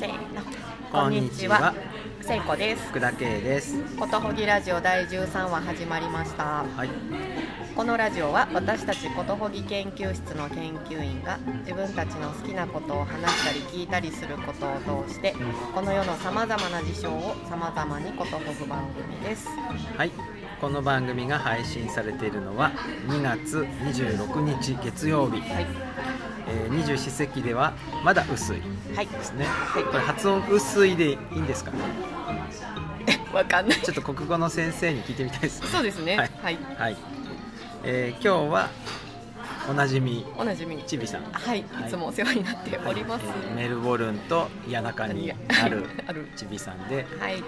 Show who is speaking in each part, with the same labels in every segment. Speaker 1: せーの
Speaker 2: こんにちは
Speaker 1: 聖子です
Speaker 2: 福田圭です
Speaker 1: ことほぎラジオ第13話始まりました
Speaker 2: はい
Speaker 1: このラジオは私たちことほぎ研究室の研究員が自分たちの好きなことを話したり聞いたりすることを通してこの世のさまざまな事象をさまざまにことほぐ番組です
Speaker 2: はいこの番組が配信されているのは2月26日月曜日、
Speaker 1: はい
Speaker 2: えー、二十四節気ではまだ薄い
Speaker 1: はい
Speaker 2: ですね
Speaker 1: はい
Speaker 2: これ発音薄いでいいんですか
Speaker 1: わかんない
Speaker 2: ちょっと国語の先生に聞いてみたいですね
Speaker 1: そうですね
Speaker 2: はい、
Speaker 1: はい
Speaker 2: はいえー今日はおなじみ
Speaker 1: おなじみに
Speaker 2: ちびさん
Speaker 1: はいい
Speaker 2: はい
Speaker 1: つもお世話になっております
Speaker 2: はいえーメルボルンと谷中にある
Speaker 1: ある
Speaker 2: ちびさんで、
Speaker 1: はい
Speaker 2: はい、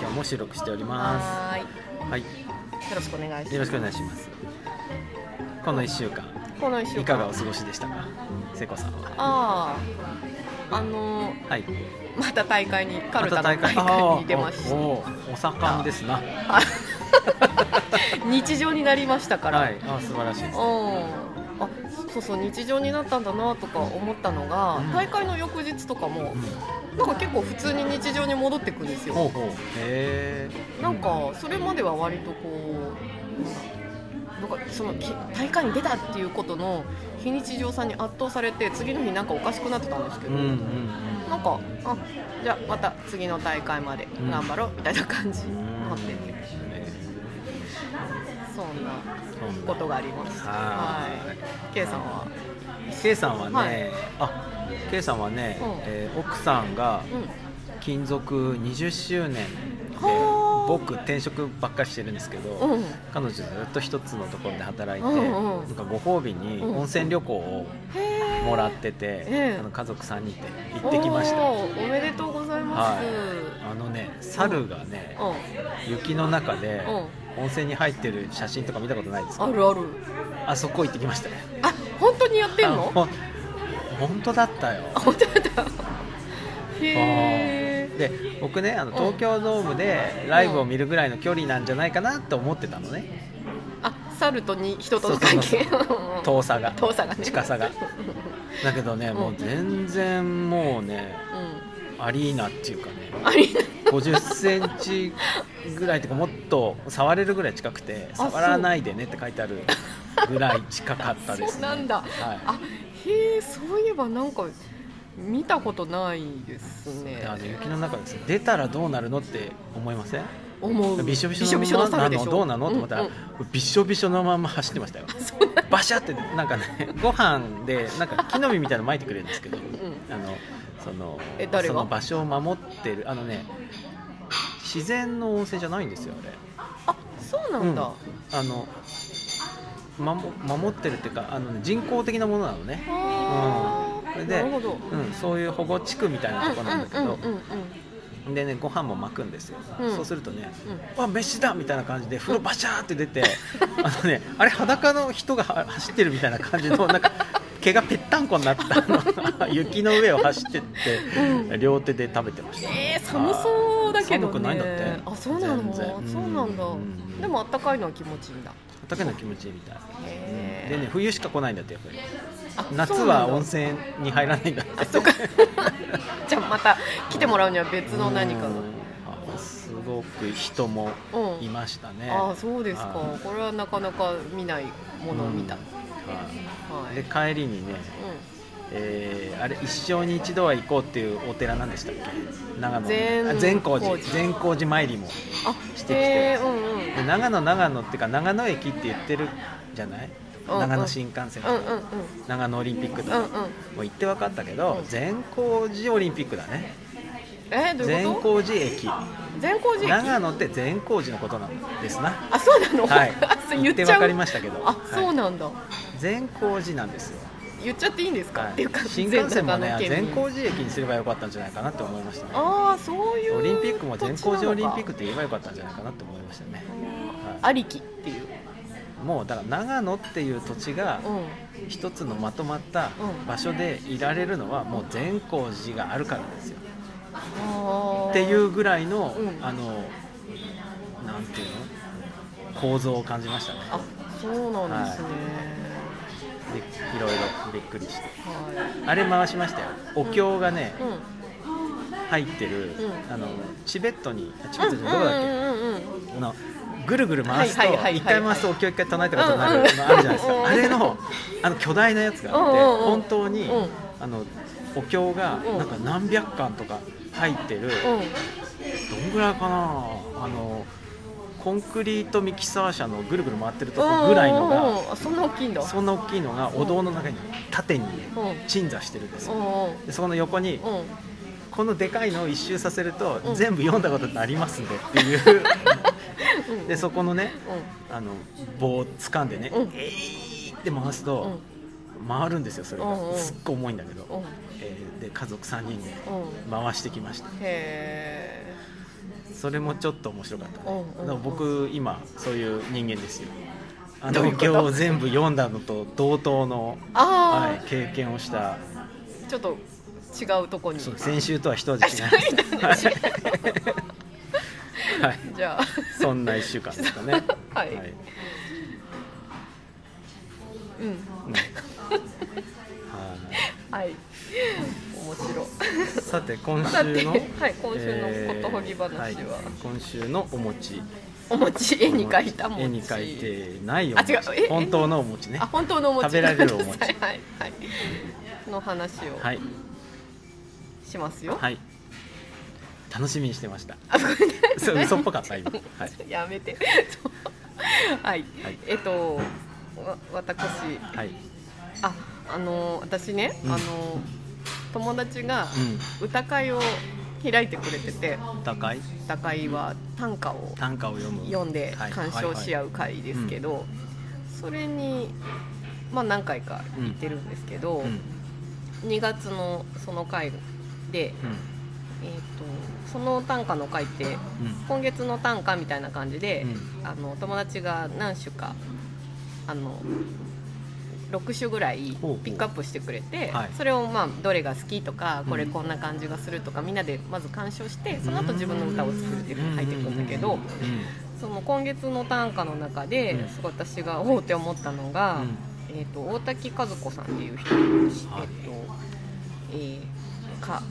Speaker 2: 今日も収録しておりま
Speaker 1: はーい
Speaker 2: す。はい、
Speaker 1: よろしくお願いします
Speaker 2: よろしくお願いします。この一週間、
Speaker 1: この一週間
Speaker 2: いかがお過ごしでしたか、瀬子さんは。
Speaker 1: あああのー
Speaker 2: はい、
Speaker 1: また大会にカルタの大会
Speaker 2: あー
Speaker 1: に出ました
Speaker 2: おお、お盛んですな。
Speaker 1: あ日常になりましたから、
Speaker 2: はい、あ、素晴らしいです
Speaker 1: うん。あそうそう日常になったんだなとか思ったのが、
Speaker 2: うん
Speaker 1: 大会の翌日とかも
Speaker 2: う
Speaker 1: なんか結構普通に日常に戻ってくんです
Speaker 2: ん、ほ
Speaker 1: よ
Speaker 2: うほう、へえ。
Speaker 1: なんかそれまでは割とこうなんかそのき大会に出たっていうことの非日常さに圧倒されて次の日なんかおかしくなってたんですけ
Speaker 2: うん、
Speaker 1: ど、
Speaker 2: うん、
Speaker 1: なんかあじゃあまた次の大会まで
Speaker 2: うん
Speaker 1: 頑張ろうみたいな感じ
Speaker 2: うん、う
Speaker 1: に
Speaker 2: ん。
Speaker 1: なってて、
Speaker 2: え
Speaker 1: そんな
Speaker 2: ーそんな
Speaker 1: ことがあります
Speaker 2: は。
Speaker 1: はいい K さんは
Speaker 2: K さんはね、
Speaker 1: はい
Speaker 2: あ K さんはね、
Speaker 1: うん
Speaker 2: えー奥さんが
Speaker 1: う
Speaker 2: 勤続20周年で
Speaker 1: はあ
Speaker 2: 僕転職ばっかりしてるんですけど、
Speaker 1: んうんへ
Speaker 2: 彼女ずっと一つのところで働いて、
Speaker 1: うんうん
Speaker 2: なんかご褒美に
Speaker 1: うん
Speaker 2: 温泉旅行を
Speaker 1: え
Speaker 2: もらってて、
Speaker 1: ええ
Speaker 2: あの家族3人で行ってきました
Speaker 1: おーおめでとうございます、
Speaker 2: あのね猿がね、雪の中で
Speaker 1: うんうん
Speaker 2: 温泉に入ってる写真とか見たことないですか
Speaker 1: あるある
Speaker 2: あそこ行ってきましたね
Speaker 1: あ本当にやってんの
Speaker 2: あほん本当だったよ
Speaker 1: あ本当だったへえ
Speaker 2: で僕ねあの
Speaker 1: うん
Speaker 2: 東京ドームでライブを見るぐらいの距離なんじゃないかなと思ってたのね
Speaker 1: あ猿とに人との関係うん
Speaker 2: 遠さが
Speaker 1: 遠さがね
Speaker 2: 近さがだけどね
Speaker 1: ん
Speaker 2: もう全然もうね
Speaker 1: う
Speaker 2: アリーナっていうかね
Speaker 1: んあり
Speaker 2: 5 0ンチぐらいとかもっと触れるぐらい近くて
Speaker 1: そう
Speaker 2: 触らないでねって書いてあるぐらい近かったです、ね、
Speaker 1: そうなんだ
Speaker 2: は
Speaker 1: あへえそういえばなんか見たことないです
Speaker 2: い
Speaker 1: ね
Speaker 2: であの雪の中です出たらどうなるのって思いません
Speaker 1: 思う
Speaker 2: びしょびしょのままな
Speaker 1: 猿で
Speaker 2: の
Speaker 1: しょ
Speaker 2: どうなのと思ったら、
Speaker 1: うんうん
Speaker 2: びしょびしょのまま走ってましたよバシャってなんかねご飯でなんか木の実みたいなの巻いてくれるんですけど
Speaker 1: うん
Speaker 2: あのその
Speaker 1: え誰が
Speaker 2: その場所を守ってるあのね自然の温泉じゃないんですよあれ
Speaker 1: あそうなんだ、
Speaker 2: うんあの守守ってるっていうかあの、ね、人工的なものなのね、
Speaker 1: あー
Speaker 2: うんそれで
Speaker 1: なるほど
Speaker 2: うん、そういう保護地区みたいなとこなんだけど、
Speaker 1: うんうんうん
Speaker 2: でねご飯も巻くんですよ、
Speaker 1: うん
Speaker 2: そうするとね
Speaker 1: うんうん
Speaker 2: あ飯だみたいな感じで風呂バシャーって出て、あのねあれ裸の人がは走ってるみたいな感じのなんか毛がぺったんこになったあ の雪の上を走ってって、
Speaker 1: う
Speaker 2: 両手で食べてました
Speaker 1: えー、寒そうだけど、ね、
Speaker 2: 寒くないんだって
Speaker 1: あそうなの
Speaker 2: 全然うん
Speaker 1: そうなんだ、
Speaker 2: うん
Speaker 1: でもあったかいのは気持ちいいんだ
Speaker 2: 竹の気持ちいいみたい
Speaker 1: へー
Speaker 2: でね冬しか来ないんだってやっぱり
Speaker 1: あ
Speaker 2: 夏
Speaker 1: そうな
Speaker 2: は
Speaker 1: んだ
Speaker 2: 温泉に入らないんだって
Speaker 1: あそうか じゃあまた来てもらうには別の何かが
Speaker 2: うんあすごく人も
Speaker 1: うん
Speaker 2: いましたね
Speaker 1: ああそうですか
Speaker 2: は
Speaker 1: これはなかなか見ないものを見た、
Speaker 2: うん
Speaker 1: はい
Speaker 2: で帰りにね、えーあれ一生に一度は行こうっていうお寺なんでしたっけ長野
Speaker 1: 善
Speaker 2: あ善光
Speaker 1: 光
Speaker 2: 寺
Speaker 1: 寺
Speaker 2: 善光寺参りも
Speaker 1: あ
Speaker 2: してきて
Speaker 1: へーうんうん
Speaker 2: で長野長野っていうか長野駅って言ってるじゃない、
Speaker 1: うんうん
Speaker 2: 長野新幹線と
Speaker 1: う
Speaker 2: か、
Speaker 1: んうんうん
Speaker 2: 長野オリンピックと
Speaker 1: う
Speaker 2: か、
Speaker 1: ん
Speaker 2: も
Speaker 1: うん
Speaker 2: う行って分かったけど、
Speaker 1: うん
Speaker 2: 善光寺オリンピックだね
Speaker 1: えどうい
Speaker 2: 善
Speaker 1: うこと
Speaker 2: 光寺駅
Speaker 1: 善光寺駅
Speaker 2: 長野って善光寺のことなんですな
Speaker 1: あそうなの、
Speaker 2: はい
Speaker 1: あそう
Speaker 2: 言
Speaker 1: 言
Speaker 2: っ
Speaker 1: ってちゃ
Speaker 2: 分
Speaker 1: う
Speaker 2: かりましたけど
Speaker 1: あそう
Speaker 2: はい
Speaker 1: なんだ、
Speaker 2: 善光寺なんですよ
Speaker 1: 言っちゃっていいんですか、
Speaker 2: はい
Speaker 1: っていうか
Speaker 2: 新幹線もね
Speaker 1: 全
Speaker 2: 善
Speaker 1: 長野県民
Speaker 2: 光寺駅にすればよかったんじゃないかなって思いましたね
Speaker 1: ああそういう
Speaker 2: オリンピックも全光寺オリンピック
Speaker 1: ク
Speaker 2: って言えばよかったんじゃないかなと思いましたね、は
Speaker 1: ありきっていう
Speaker 2: い、もうだから長野っていう土地が
Speaker 1: うん
Speaker 2: 一つのまとまった
Speaker 1: うん
Speaker 2: 場所でいられるのはもう善光寺があるからですよ
Speaker 1: あー
Speaker 2: っていうぐらいの、
Speaker 1: うん
Speaker 2: あのなんていうの構造を感じましたね
Speaker 1: あそうなんですね
Speaker 2: でいろいろびっくりして
Speaker 1: はい、
Speaker 2: あれ回しましたよお経がね
Speaker 1: うん
Speaker 2: 入って
Speaker 1: う
Speaker 2: る、
Speaker 1: ん
Speaker 2: あのチベットにあチ
Speaker 1: う
Speaker 2: ベッ
Speaker 1: んう
Speaker 2: トじ
Speaker 1: ん
Speaker 2: ゃ
Speaker 1: う
Speaker 2: ないどこだっけ、
Speaker 1: んうんうん
Speaker 2: あのぐるぐる回すと
Speaker 1: はいはいはいはい
Speaker 2: 一回回すとお経を一回唱えたことにな
Speaker 1: うん
Speaker 2: る
Speaker 1: うん
Speaker 2: のあるじゃないです
Speaker 1: うん
Speaker 2: かあれのあの巨大なやつがあって
Speaker 1: うんうんうん
Speaker 2: 本当に
Speaker 1: うん
Speaker 2: あのお経がなんか何百巻とか入ってるど
Speaker 1: うん
Speaker 2: んぐらいかなあのコンクリートミキサー車のぐるぐる回ってると
Speaker 1: うん
Speaker 2: こぐらいの
Speaker 1: うん
Speaker 2: が
Speaker 1: うんうんそんな大きいんだ
Speaker 2: そんな大きいのがお堂の中に縦に
Speaker 1: うん
Speaker 2: 鎮座してるんです
Speaker 1: う
Speaker 2: よ
Speaker 1: んうん
Speaker 2: でそこの横に
Speaker 1: うん
Speaker 2: このでかいのを一周させると
Speaker 1: うん
Speaker 2: 全部読んだことになりますんでっ ていう
Speaker 1: うん
Speaker 2: でそこのね
Speaker 1: う
Speaker 2: あの棒を掴んでね、
Speaker 1: うん
Speaker 2: えいって回
Speaker 1: んう
Speaker 2: す
Speaker 1: ん
Speaker 2: と回るんですよそれが、
Speaker 1: うんうん
Speaker 2: すっごい重いんだけど、
Speaker 1: うん
Speaker 2: えーで家族3人で
Speaker 1: うん
Speaker 2: 回してきました
Speaker 1: へえ
Speaker 2: それもちょっと面白かった、ね
Speaker 1: うんうんうん
Speaker 2: だから僕今そういう人間ですよあ
Speaker 1: どういう
Speaker 2: の
Speaker 1: こと
Speaker 2: 行を全部読んだのと同等の、は
Speaker 1: あ
Speaker 2: い、経験をした
Speaker 1: あちょっと違うとこに
Speaker 2: そう先週とは一味違い
Speaker 1: あ
Speaker 2: まし
Speaker 1: 違う違
Speaker 2: たはい
Speaker 1: う
Speaker 2: はい、
Speaker 1: じゃあ
Speaker 2: そんな1週間でしたね
Speaker 1: はいうん
Speaker 2: うんはい
Speaker 1: はい面白
Speaker 2: さて今
Speaker 1: さ
Speaker 2: 週
Speaker 1: て
Speaker 2: の
Speaker 1: はい今週の
Speaker 2: えー
Speaker 1: ことほぎ話は、
Speaker 2: い今週のお餅
Speaker 1: お餅絵に描いた餅
Speaker 2: 絵に描いてないお
Speaker 1: あ違うえ
Speaker 2: 餅 本当のお餅ね
Speaker 1: あ本当のお餅
Speaker 2: 食べられるお餅
Speaker 1: はいはいはいの話を
Speaker 2: はい
Speaker 1: しますよ、
Speaker 2: はい楽しみにしてました
Speaker 1: あごめんなさい
Speaker 2: そう嘘っぽかっ た今はい
Speaker 1: やめてそうはい
Speaker 2: はい
Speaker 1: えっとわ私
Speaker 2: はい
Speaker 1: ああの私ね、
Speaker 2: うん
Speaker 1: あの友達が
Speaker 2: う
Speaker 1: 歌会を開いてくれてて
Speaker 2: ん高い
Speaker 1: 歌会は短歌を
Speaker 2: 短歌を読む
Speaker 1: 読んで
Speaker 2: はい
Speaker 1: 鑑賞し合う会ですけど、それにまあ何回か行ってるんですけど、
Speaker 2: うん
Speaker 1: 2月のその会で、えー、とその短歌の会って
Speaker 2: うん
Speaker 1: 今月の短歌みたいな感じで
Speaker 2: うん、
Speaker 1: あの友達が何首かあの6首ぐらい
Speaker 2: ほうほう
Speaker 1: ピックアップしてくれて
Speaker 2: はい
Speaker 1: それをまあどれが好きとか
Speaker 2: うん
Speaker 1: これこんな感じがするとかみんなでまず鑑賞してその後自分の歌を作るっていうふうに入っていくんだけ
Speaker 2: う
Speaker 1: ど
Speaker 2: ん
Speaker 1: その今月の短歌の中
Speaker 2: う
Speaker 1: で
Speaker 2: ん
Speaker 1: すごい私がおおって思ったのが、
Speaker 2: う
Speaker 1: えー、と大滝和子さんっていう人、
Speaker 2: はい
Speaker 1: えっ、と、えーか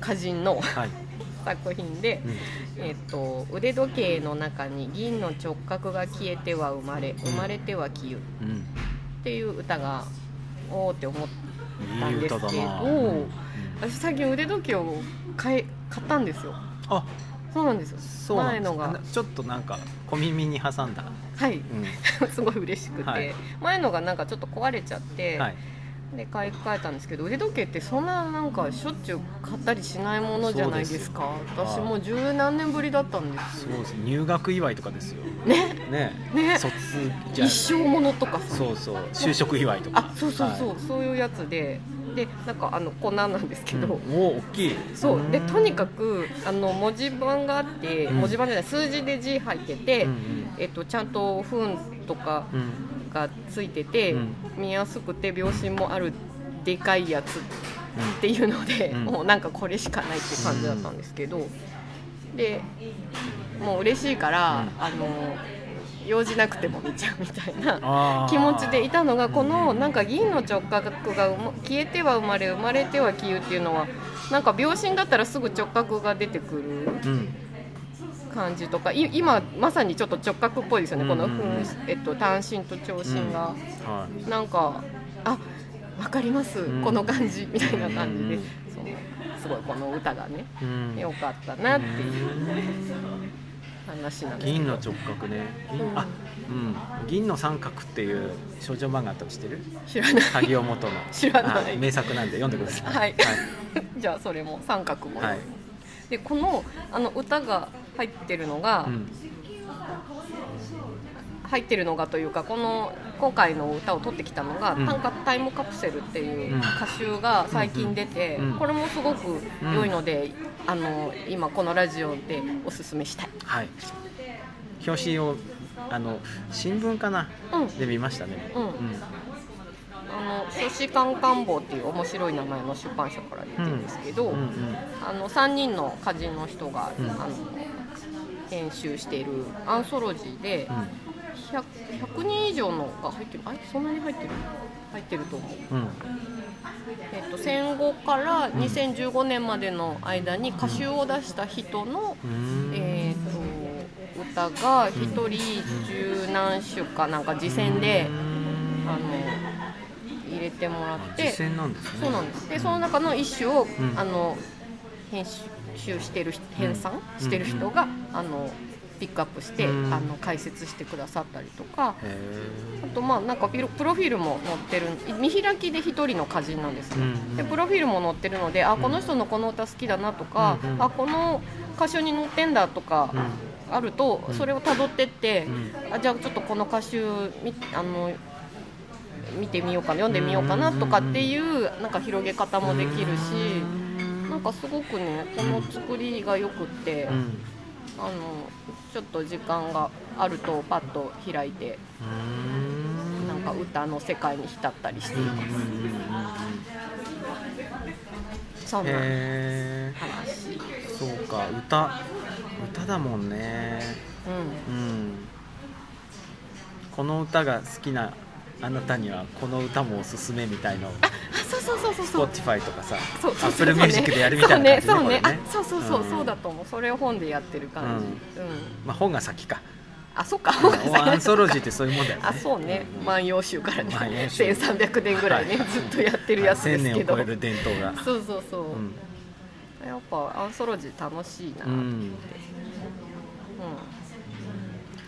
Speaker 1: 歌人の
Speaker 2: んはい
Speaker 1: 作品で、
Speaker 2: うん
Speaker 1: えっと腕時計の中に銀の直角が消えては生まれ生まれては消ゆっ
Speaker 2: うん
Speaker 1: ていう歌がおおって思って
Speaker 2: いい歌だ
Speaker 1: な
Speaker 2: な
Speaker 1: んですけど
Speaker 2: うん
Speaker 1: 私最近腕時計を買え買ったんですよ
Speaker 2: あ
Speaker 1: そうなんですよ
Speaker 2: そうなんです
Speaker 1: 前のが
Speaker 2: あちょっとなんか小耳に挟んだ
Speaker 1: はい
Speaker 2: う
Speaker 1: すごい嬉しくて、
Speaker 2: はい
Speaker 1: 前のがなんかちょっと壊れちゃって、
Speaker 2: んはい
Speaker 1: で買い替えたんですけど腕時計ってそんななんかしょっちゅう買ったりしないものじゃないですか
Speaker 2: そうです
Speaker 1: 私
Speaker 2: よ
Speaker 1: もう十何年ぶりだったんです
Speaker 2: そう
Speaker 1: よ
Speaker 2: です入学祝いとかですよ
Speaker 1: ね
Speaker 2: ね
Speaker 1: ね
Speaker 2: 卒じゃ
Speaker 1: 一生ものとかさ
Speaker 2: そうそう就職祝いとか
Speaker 1: あそうそうそう、
Speaker 2: はい
Speaker 1: そういうやつででなんかあのこんなんなんですけど、
Speaker 2: うんおお大きい
Speaker 1: そうでとにか
Speaker 2: く
Speaker 1: くあの文字盤があって、
Speaker 2: うん
Speaker 1: 文字盤じゃない数字で字入ってて、
Speaker 2: うん
Speaker 1: えっと、ちゃんと文とか
Speaker 2: うん
Speaker 1: がついてて、
Speaker 2: うんうん
Speaker 1: 見やすくて秒針もあるでかいやつっていうので、
Speaker 2: うん
Speaker 1: もうなんかこれしかないっていう感じだったんですけど、でもう嬉しいから、
Speaker 2: う
Speaker 1: あの用事なくても見ちゃうみたいな
Speaker 2: あー
Speaker 1: 気持ちでいたのがこの
Speaker 2: うん
Speaker 1: なんか銀の直角がうま消えては生まれ生まれては消ゆっていうのはなんか秒針だったらすぐ直角が出てくる
Speaker 2: うん
Speaker 1: 感じとかい今まさにちょっと直角っぽいですよねこの
Speaker 2: うんうんう
Speaker 1: 分
Speaker 2: ん
Speaker 1: えっと、単身と長身が、
Speaker 2: は
Speaker 1: なんかあわかります、
Speaker 2: うん
Speaker 1: この感じみたいな感じで、
Speaker 2: うん
Speaker 1: そのすごいこの歌がね
Speaker 2: いうん
Speaker 1: 良かったなっていう話なんですけ
Speaker 2: 銀の
Speaker 1: ど
Speaker 2: 直角ね
Speaker 1: うん
Speaker 2: 銀あうん銀の三角っていう少女漫画あったの知ってる
Speaker 1: 知らない
Speaker 2: 萩尾元の
Speaker 1: 知らない
Speaker 2: あ名作なんで読んでくださ
Speaker 1: はい
Speaker 2: い
Speaker 1: じゃあそれも三角も、
Speaker 2: はい
Speaker 1: でこのあの歌が入ってるのが、
Speaker 2: うん
Speaker 1: 入ってるのがというかこの今回の歌を取ってきたのが「
Speaker 2: うん
Speaker 1: 短歌タイムカプセル」っていううん歌集が最近出て、
Speaker 2: うん
Speaker 1: これもすごく良いので、あの今このラジオでおすすめしたい。
Speaker 2: はい表紙をあの新聞かな
Speaker 1: うん
Speaker 2: で見ましたね
Speaker 1: うんあの書士官官房っていう面白い名前の出版社から出てるんですけど、
Speaker 2: うんうん
Speaker 1: あの3人の歌人の人が、
Speaker 2: うん
Speaker 1: あの編集しているアンソロジーで 100, 100人以上のが入ってるあれそんなに入ってる入ってると思う、
Speaker 2: うん
Speaker 1: えっと、戦後から2015年までの間に歌集を出した人の、
Speaker 2: うーん
Speaker 1: えっと歌が一人十何首かなんか次戦で、あの入れてもらっ
Speaker 2: 実
Speaker 1: て
Speaker 2: 践なんですね
Speaker 1: そうなんですでその中の一首を、
Speaker 2: うん
Speaker 1: あの編集してる人編纂
Speaker 2: うん
Speaker 1: してる人が、あのピックアップして、
Speaker 2: うん
Speaker 1: あの解説してくださったりとか。
Speaker 2: へえ
Speaker 1: あとまあなんかピロプロフィールも載ってる見開きで一人の歌人なんです
Speaker 2: う
Speaker 1: よ、
Speaker 2: ん
Speaker 1: でプロフィールも載ってるのであこの人のこの歌好きだなとか、
Speaker 2: うんうん
Speaker 1: あこの歌手に載ってんだとかあると、
Speaker 2: うん
Speaker 1: それをたどってって
Speaker 2: う、ん
Speaker 1: あじゃあちょっとこの歌集みあの見てみようかな読んでみようかなとかっていうなんか広げ方もできるしなんかすごくねこの作りがよくって、
Speaker 2: うん
Speaker 1: あのちょっと時間があるとパッと開いて
Speaker 2: うん
Speaker 1: なんか歌の世界に浸ったりし
Speaker 2: う
Speaker 1: て
Speaker 2: ん
Speaker 1: い
Speaker 2: うんうん
Speaker 1: ま
Speaker 2: うん
Speaker 1: す。そんな
Speaker 2: へえ
Speaker 1: 話、
Speaker 2: そうか歌歌だもんねうんこの歌が好きなあなたにはこの歌もおすすめみたいのを
Speaker 1: あそうそうそうそうそう
Speaker 2: Spotify とかさ
Speaker 1: そうそう
Speaker 2: Apple Music でやるみたいな感じね
Speaker 1: そうね
Speaker 2: こ
Speaker 1: そうね
Speaker 2: れね
Speaker 1: あそうそうそう、
Speaker 2: うん
Speaker 1: そうだと思うそれを本でやってる感じ、うん
Speaker 2: まあ本が先か
Speaker 1: あそっか
Speaker 2: うんアンソロジーってそういうもんだよね
Speaker 1: あそうね「万葉集」からね
Speaker 2: 万葉集
Speaker 1: 1300年ぐらいね、
Speaker 2: はい
Speaker 1: ずっとやってるやつです
Speaker 2: はい
Speaker 1: け
Speaker 2: 1000年
Speaker 1: ど
Speaker 2: を超える伝統が
Speaker 1: そうそうそう
Speaker 2: う、ん
Speaker 1: やっぱアンソロジー楽しいな、
Speaker 2: う
Speaker 1: うん
Speaker 2: ん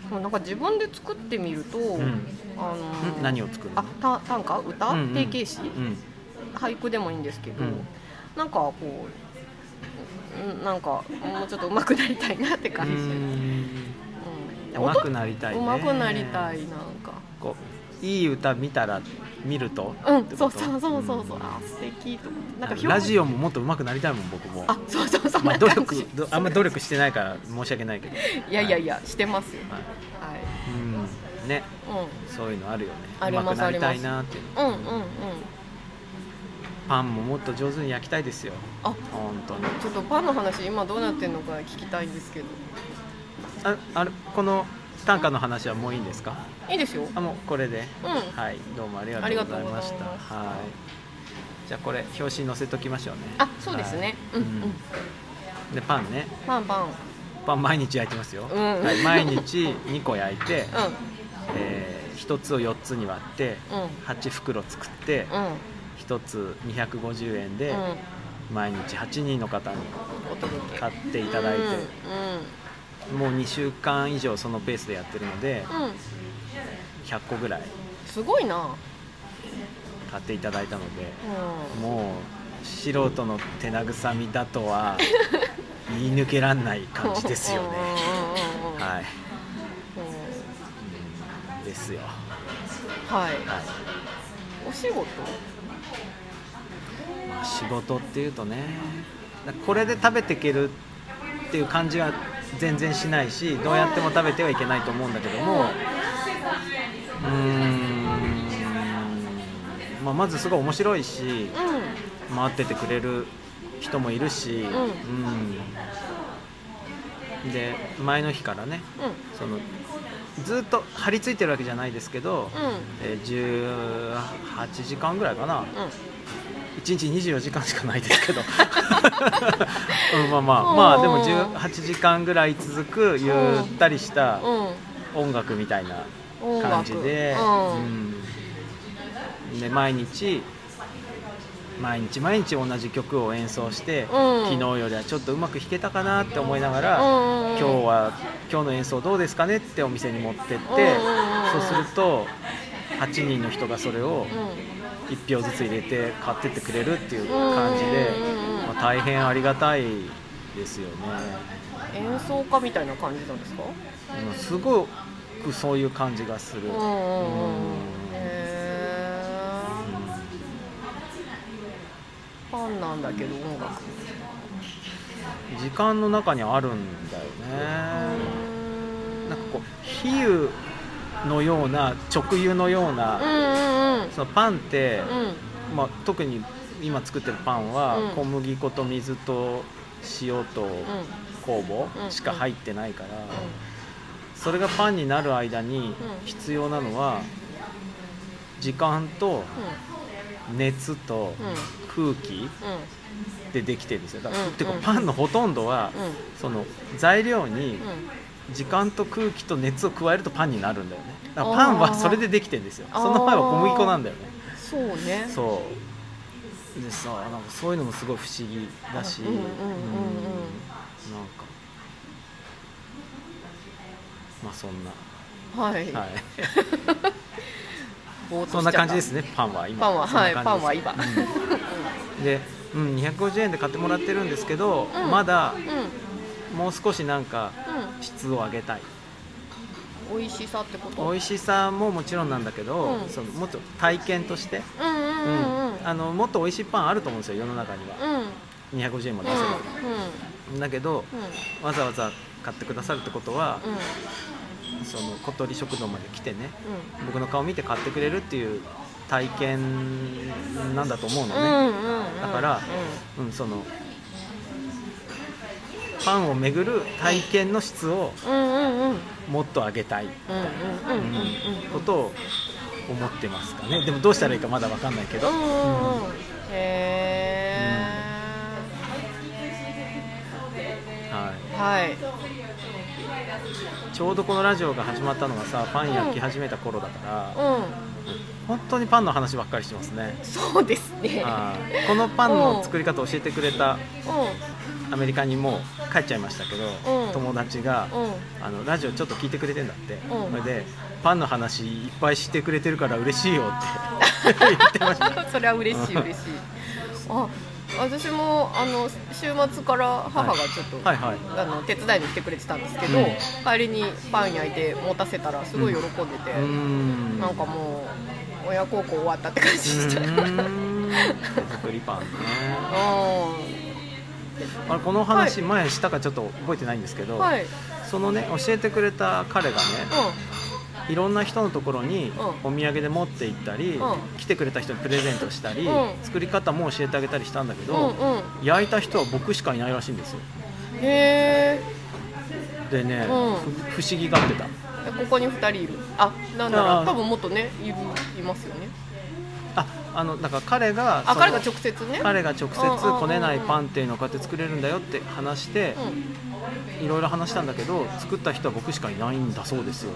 Speaker 1: もうなんか自分で作ってみると、
Speaker 2: ん
Speaker 1: あのー
Speaker 2: ん何を作るの
Speaker 1: あた短歌歌、
Speaker 2: うんうん
Speaker 1: 定型詞、
Speaker 2: うん
Speaker 1: 俳句でもいいんですけど、
Speaker 2: うん
Speaker 1: なんかこううんなんかもうちょっと上手くなりたいなって感じ、うん
Speaker 2: うまくなりたいね
Speaker 1: 上手くなりたいなんか
Speaker 2: こういい歌見たら見ると
Speaker 1: うん
Speaker 2: て
Speaker 1: そ
Speaker 2: こ
Speaker 1: う
Speaker 2: と
Speaker 1: そうそうそうそう、
Speaker 2: ん
Speaker 1: あ素敵と思ってなんか表
Speaker 2: ラジオももっと上手くなりたいもん僕も
Speaker 1: あそうそうそう、
Speaker 2: まあ、努力
Speaker 1: なんか
Speaker 2: どあんま努力してないから申し訳ないけど
Speaker 1: いやいやいやしてますよ
Speaker 2: はい
Speaker 1: はい、
Speaker 2: うんねそういうのあるよね
Speaker 1: あります
Speaker 2: 上手くなりたいなっていう
Speaker 1: うん、う
Speaker 2: の
Speaker 1: んうんうん
Speaker 2: パンももっと上手に焼きたいですよ
Speaker 1: あ
Speaker 2: 本当に
Speaker 1: ちょっとパンの話今どうなってんのか聞きたいんですけど
Speaker 2: ああれこの短歌の話はもういいんですか
Speaker 1: いいですよ
Speaker 2: あもうこれで
Speaker 1: うん
Speaker 2: はいどうもありがと
Speaker 1: あ
Speaker 2: うございました
Speaker 1: りがとうございます
Speaker 2: はいじゃあこれ表紙に載せときましょうね
Speaker 1: あそうですね、
Speaker 2: は
Speaker 1: うん
Speaker 2: い
Speaker 1: うん
Speaker 2: でパンね
Speaker 1: パンパン
Speaker 2: パン毎日焼いてますよ、
Speaker 1: うん
Speaker 2: はい、毎日2個焼いて、
Speaker 1: う
Speaker 2: え1つを4つに割っ
Speaker 1: んう
Speaker 2: て
Speaker 1: ん
Speaker 2: 8袋作って
Speaker 1: うん
Speaker 2: 1つ250円で
Speaker 1: うん
Speaker 2: 毎日8人の方に
Speaker 1: お届け
Speaker 2: 買っていただいて、もう2週間以上そのペースでやってるので
Speaker 1: うん、うんうん、
Speaker 2: 100個ぐらい
Speaker 1: すごいな、
Speaker 2: 買っていただいたので
Speaker 1: う
Speaker 2: もう素人の手慰みだと は言い抜けらんない
Speaker 1: ん、
Speaker 2: 感じですよね
Speaker 1: うんうんうんうんうん
Speaker 2: はい、
Speaker 1: うん
Speaker 2: うんですよ、
Speaker 1: はい
Speaker 2: はい
Speaker 1: お仕事
Speaker 2: まあ、仕事っていうとねだこれで食べていけるっていう感じは全然しないしどうやっても食べてはいけないと思うんだけどもうーん、まあ、まずすごい面白いし
Speaker 1: う
Speaker 2: 待っててくれる人もいるし、うんで前の日からね
Speaker 1: んうん
Speaker 2: そのずっと張り付いてるわけじゃないですけど、
Speaker 1: うん
Speaker 2: えー18時間ぐらいかな、
Speaker 1: うん
Speaker 2: 1日24時間しかないです けど、うん、まあまあまあでも18時間ぐらい続くゆったりした
Speaker 1: う、
Speaker 2: 音楽みたいなん感じで、
Speaker 1: 音楽
Speaker 2: うんで毎日毎日毎日同じ曲を演奏して、
Speaker 1: うん
Speaker 2: 昨日よりはちょっとうまく弾けたかなって思いなが
Speaker 1: う
Speaker 2: ら、
Speaker 1: ん、
Speaker 2: 今日は今日の演奏どうですかねってお店に持って
Speaker 1: う
Speaker 2: って、
Speaker 1: ん
Speaker 2: そうすると8人の人がそれ
Speaker 1: う
Speaker 2: を。
Speaker 1: ん、
Speaker 2: 1票ずつ入れて買ってってくれるっていう感じで
Speaker 1: うんうんうん、
Speaker 2: まあ、大変ありがたいですよね、
Speaker 1: 演奏家みたいな感じなんですか？
Speaker 2: うんすごくそういう感じがする、
Speaker 1: うんう
Speaker 2: うん
Speaker 1: んうん。へーファンなんだけど音楽。
Speaker 2: 時間の中にあるんだよね、なんかこう比喩のような直輸のよう
Speaker 1: う
Speaker 2: な、
Speaker 1: んうんうん
Speaker 2: そのパンって、
Speaker 1: うん
Speaker 2: まあ、特に今作ってるパンは
Speaker 1: うん
Speaker 2: 小麦粉と水と塩と
Speaker 1: うん
Speaker 2: 酵
Speaker 1: う
Speaker 2: 母
Speaker 1: ん
Speaker 2: しか入ってないから、それがパンになる間に必要なのは時間と熱と
Speaker 1: うんうん
Speaker 2: 空気でできてるんですよだから、
Speaker 1: うん
Speaker 2: てか
Speaker 1: うん
Speaker 2: パンのほとんどは、
Speaker 1: うん
Speaker 2: その材料に
Speaker 1: うん
Speaker 2: 時間と空気と熱を加えるとパンになるんだよねだから
Speaker 1: あー
Speaker 2: パンはそれでできてるんですよその前は小麦粉なんだよね
Speaker 1: そうね
Speaker 2: そうでさなんかそういうのもすごい不思議だし
Speaker 1: うんうんうんうん
Speaker 2: うんなんかまあそんな
Speaker 1: はい、
Speaker 2: はい
Speaker 1: ぼーっとしちゃった
Speaker 2: そんな感じですねパンは今
Speaker 1: パンは
Speaker 2: そんな
Speaker 1: はい
Speaker 2: 感
Speaker 1: パンは
Speaker 2: じです
Speaker 1: 今
Speaker 2: で、うん、250円で買ってもらってるんですけど、
Speaker 1: うん
Speaker 2: まだ
Speaker 1: うん、うん
Speaker 2: もう少しなんか質を上げたい
Speaker 1: うん、美味しさってこと
Speaker 2: 美味しさももちろんなんだけど、
Speaker 1: うん
Speaker 2: そのもっと体験として、
Speaker 1: うんうん
Speaker 2: う
Speaker 1: うんうん
Speaker 2: んあのもっと美味しいパンあると思うんですよ世の中には
Speaker 1: うんうん
Speaker 2: 250円も出せば、
Speaker 1: う
Speaker 2: だけど
Speaker 1: ん
Speaker 2: わざわざ買ってくださるってことは、
Speaker 1: うん
Speaker 2: その小鳥食堂まで来てね
Speaker 1: うん
Speaker 2: 僕の顔見て買ってくれるっていう体験なんだと思うの
Speaker 1: う
Speaker 2: ね、
Speaker 1: んうんうん
Speaker 2: だからうんそのパンをめぐる体験の質を
Speaker 1: うんうんうんうん
Speaker 2: もっと上げたいみたいな
Speaker 1: うんうんうんうんうん
Speaker 2: ことを思ってますかねでもどうしたらいいかまだわかんないけど、
Speaker 1: うんうんへ
Speaker 2: は
Speaker 1: ーはい
Speaker 2: い、ちょうどこのラジオが始まったのがさパン焼き始めた頃だから、
Speaker 1: う
Speaker 2: 本当にパンの話ばっかりしてますね
Speaker 1: んそうですね
Speaker 2: あーこのパンの作り方を教えてくれた
Speaker 1: う
Speaker 2: アメリカにもう帰っちゃいましたけど、
Speaker 1: うん
Speaker 2: 友達が、
Speaker 1: んうん
Speaker 2: あのラジオちょっと聞いてくれてんだって、
Speaker 1: うん
Speaker 2: それでパンの話いっぱいしてくれてるから嬉しいよって 言ってました
Speaker 1: それは嬉しい嬉しいあ私もあの週末から母がちょっと、
Speaker 2: はいはい
Speaker 1: あの手伝いに来てくれてたんですけど、
Speaker 2: うん
Speaker 1: 帰りにパン焼いて持たせたらすごい喜んでて、
Speaker 2: うーん
Speaker 1: なんかもう親孝行終わったって感じでした、うん、
Speaker 2: うーん手作りパンねあれこの話前したかちょっと覚えてないんですけど、
Speaker 1: はい、うん、
Speaker 2: そのね教えてくれた彼がねいろんな人のところに
Speaker 1: う
Speaker 2: お土産で持って行ったり、
Speaker 1: うん
Speaker 2: 来てくれた人にプレゼントしたり、
Speaker 1: うん
Speaker 2: 作り方も教えてあげたりしたんだけ
Speaker 1: うん
Speaker 2: ど、
Speaker 1: うん
Speaker 2: 焼いた人は僕しかいないらしいんですよ
Speaker 1: へえ
Speaker 2: で
Speaker 1: う
Speaker 2: ね、
Speaker 1: ん
Speaker 2: ふ不思議がってた
Speaker 1: ここに2人いるあなんなら
Speaker 2: あー
Speaker 1: 多分もっとねいるいますよね
Speaker 2: ああのだから彼が
Speaker 1: あ
Speaker 2: その
Speaker 1: 彼が直接ね
Speaker 2: 彼が直
Speaker 1: うんうんうん
Speaker 2: 接こねないパンっていうのをこうやって作れるんだよって話して
Speaker 1: うん
Speaker 2: いろいろ話したんだけど作った人は僕しかいないんだそうですよ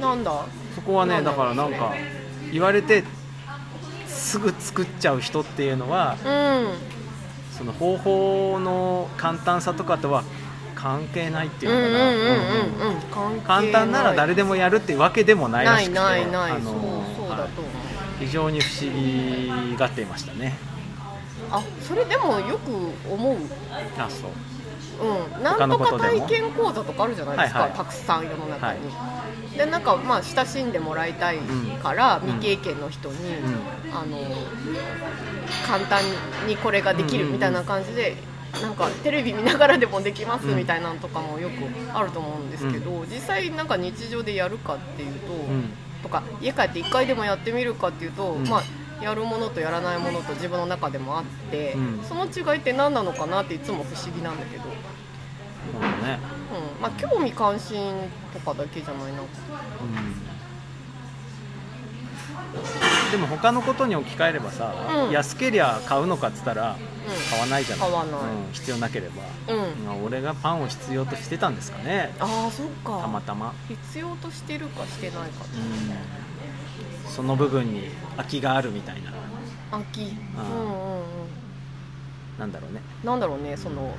Speaker 1: なんだ
Speaker 2: そこはね
Speaker 1: なんだ
Speaker 2: だ
Speaker 1: ろ
Speaker 2: か
Speaker 1: う
Speaker 2: らなんか言われてすぐ作っちゃう人っていうのは
Speaker 1: うん
Speaker 2: その方法の簡単さとかとは関係ないって
Speaker 1: う
Speaker 2: い
Speaker 1: んうん
Speaker 2: うのかな
Speaker 1: うんうん
Speaker 2: うん
Speaker 1: うん関係
Speaker 2: 簡単なら誰でもやるっていうわけでもないら
Speaker 1: な
Speaker 2: しく
Speaker 1: い
Speaker 2: て
Speaker 1: ないない
Speaker 2: あ
Speaker 1: そう
Speaker 2: の
Speaker 1: そうだと思う
Speaker 2: 非常に不思議がっていましたね
Speaker 1: あそれでもよく思う
Speaker 2: あそう
Speaker 1: うん、な
Speaker 2: 他
Speaker 1: ん
Speaker 2: の
Speaker 1: と
Speaker 2: こ
Speaker 1: か
Speaker 2: とでも
Speaker 1: 体験講座とかあるじゃないですか、
Speaker 2: はいはい
Speaker 1: たくさん世の中に、でなんかまあ親しんでもらいたいから、
Speaker 2: うん
Speaker 1: 未経験の人に、
Speaker 2: う
Speaker 1: あの簡単にこれができる
Speaker 2: うんうんうん
Speaker 1: みたいな感じで、なんかテレビ見ながらでもできます
Speaker 2: うん
Speaker 1: みたいなのとかもよくあると思うんですけど、実際なんか日常でやるかっていうと、
Speaker 2: うん
Speaker 1: とか家帰って1回でもやってみるかっていうと、
Speaker 2: うん
Speaker 1: まあやるものとやらないものと自分の中でもあって、
Speaker 2: うん
Speaker 1: その違いって何なのかなっていつも不思議なんだけど、う
Speaker 2: そうだね
Speaker 1: んまあ、興味関心とかだけじゃないな
Speaker 2: うんでも他のことに置き換えればさ、
Speaker 1: うん
Speaker 2: 安けりゃ買うのかっつったら買わないじゃない
Speaker 1: 買わない
Speaker 2: うん必要なければ、
Speaker 1: うん、うん
Speaker 2: まあ俺がパンを必要としてたんですかね
Speaker 1: ああそった
Speaker 2: ま
Speaker 1: か
Speaker 2: たま、
Speaker 1: 必要としてるかしてないか
Speaker 2: うんその部分に空きがあるみたいな
Speaker 1: 秋
Speaker 2: あ
Speaker 1: う
Speaker 2: ー
Speaker 1: んうんうん
Speaker 2: なんだろうね
Speaker 1: なんだろうねその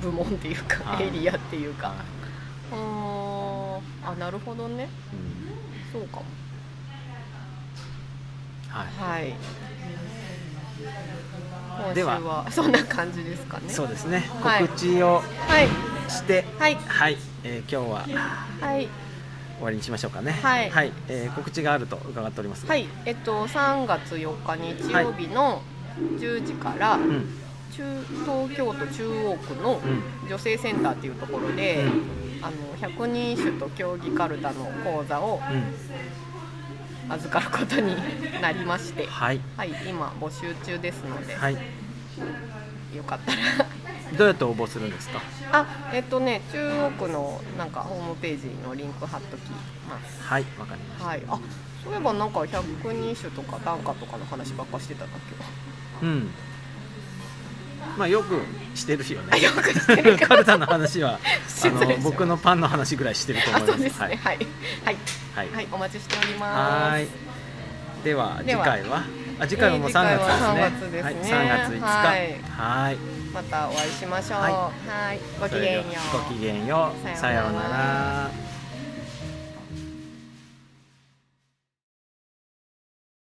Speaker 1: 部門っていう
Speaker 2: あ
Speaker 1: か
Speaker 2: ー
Speaker 1: エリアっていうかう
Speaker 2: は
Speaker 1: ーんあなるほどね
Speaker 2: い
Speaker 1: そ
Speaker 2: うん
Speaker 1: うかも
Speaker 2: はい
Speaker 1: はい。今週
Speaker 2: では
Speaker 1: はそんな感じですかね。
Speaker 2: そうですね
Speaker 1: はい
Speaker 2: 告知
Speaker 1: は
Speaker 2: を
Speaker 1: い
Speaker 2: して
Speaker 1: はい
Speaker 2: はい、えー今日は
Speaker 1: はい
Speaker 2: 終わりにしましょうかね
Speaker 1: はい
Speaker 2: えー告知があると伺っておりますが
Speaker 1: はい。えっと3月4日日曜日の10時から、
Speaker 2: うんうん
Speaker 1: 中東京都中央区の女性センターっていうところで、あの百人一首と競技かるたの講座を
Speaker 2: うん
Speaker 1: 預かること になりまして。
Speaker 2: はい
Speaker 1: はい、今募集中ですので、
Speaker 2: はい
Speaker 1: よかったら
Speaker 2: どうやって応募するんですか
Speaker 1: あえっとね中央区のなんかホームページのリンク貼っときます
Speaker 2: はいわかりました、
Speaker 1: はいあそういえばなんか百人一首とか短歌とかの話ばっかしてたんだけ
Speaker 2: うんまあよくしてるよね
Speaker 1: どよくしてる
Speaker 2: カ
Speaker 1: か
Speaker 2: ルタの話 はあ
Speaker 1: 失礼しま
Speaker 2: の
Speaker 1: した
Speaker 2: 僕のパンの話ぐらいしてると
Speaker 1: あ
Speaker 2: 思
Speaker 1: そ
Speaker 2: い
Speaker 1: う
Speaker 2: ます
Speaker 1: ですねはいはい、
Speaker 2: はい、はい
Speaker 1: はい、お待ちしております
Speaker 2: はーい。では次
Speaker 1: では
Speaker 2: 回は、あ次回はもう
Speaker 1: えー
Speaker 2: 三月ですね。
Speaker 1: 次回は3月ですね
Speaker 2: はい、三月五日。はーい。
Speaker 1: またお会いしましょう
Speaker 2: はい
Speaker 1: はいごきげんよう
Speaker 2: それではごきげんよう。
Speaker 1: さ
Speaker 2: さ
Speaker 1: よ
Speaker 2: よ
Speaker 1: う
Speaker 2: う
Speaker 1: なら
Speaker 2: なら。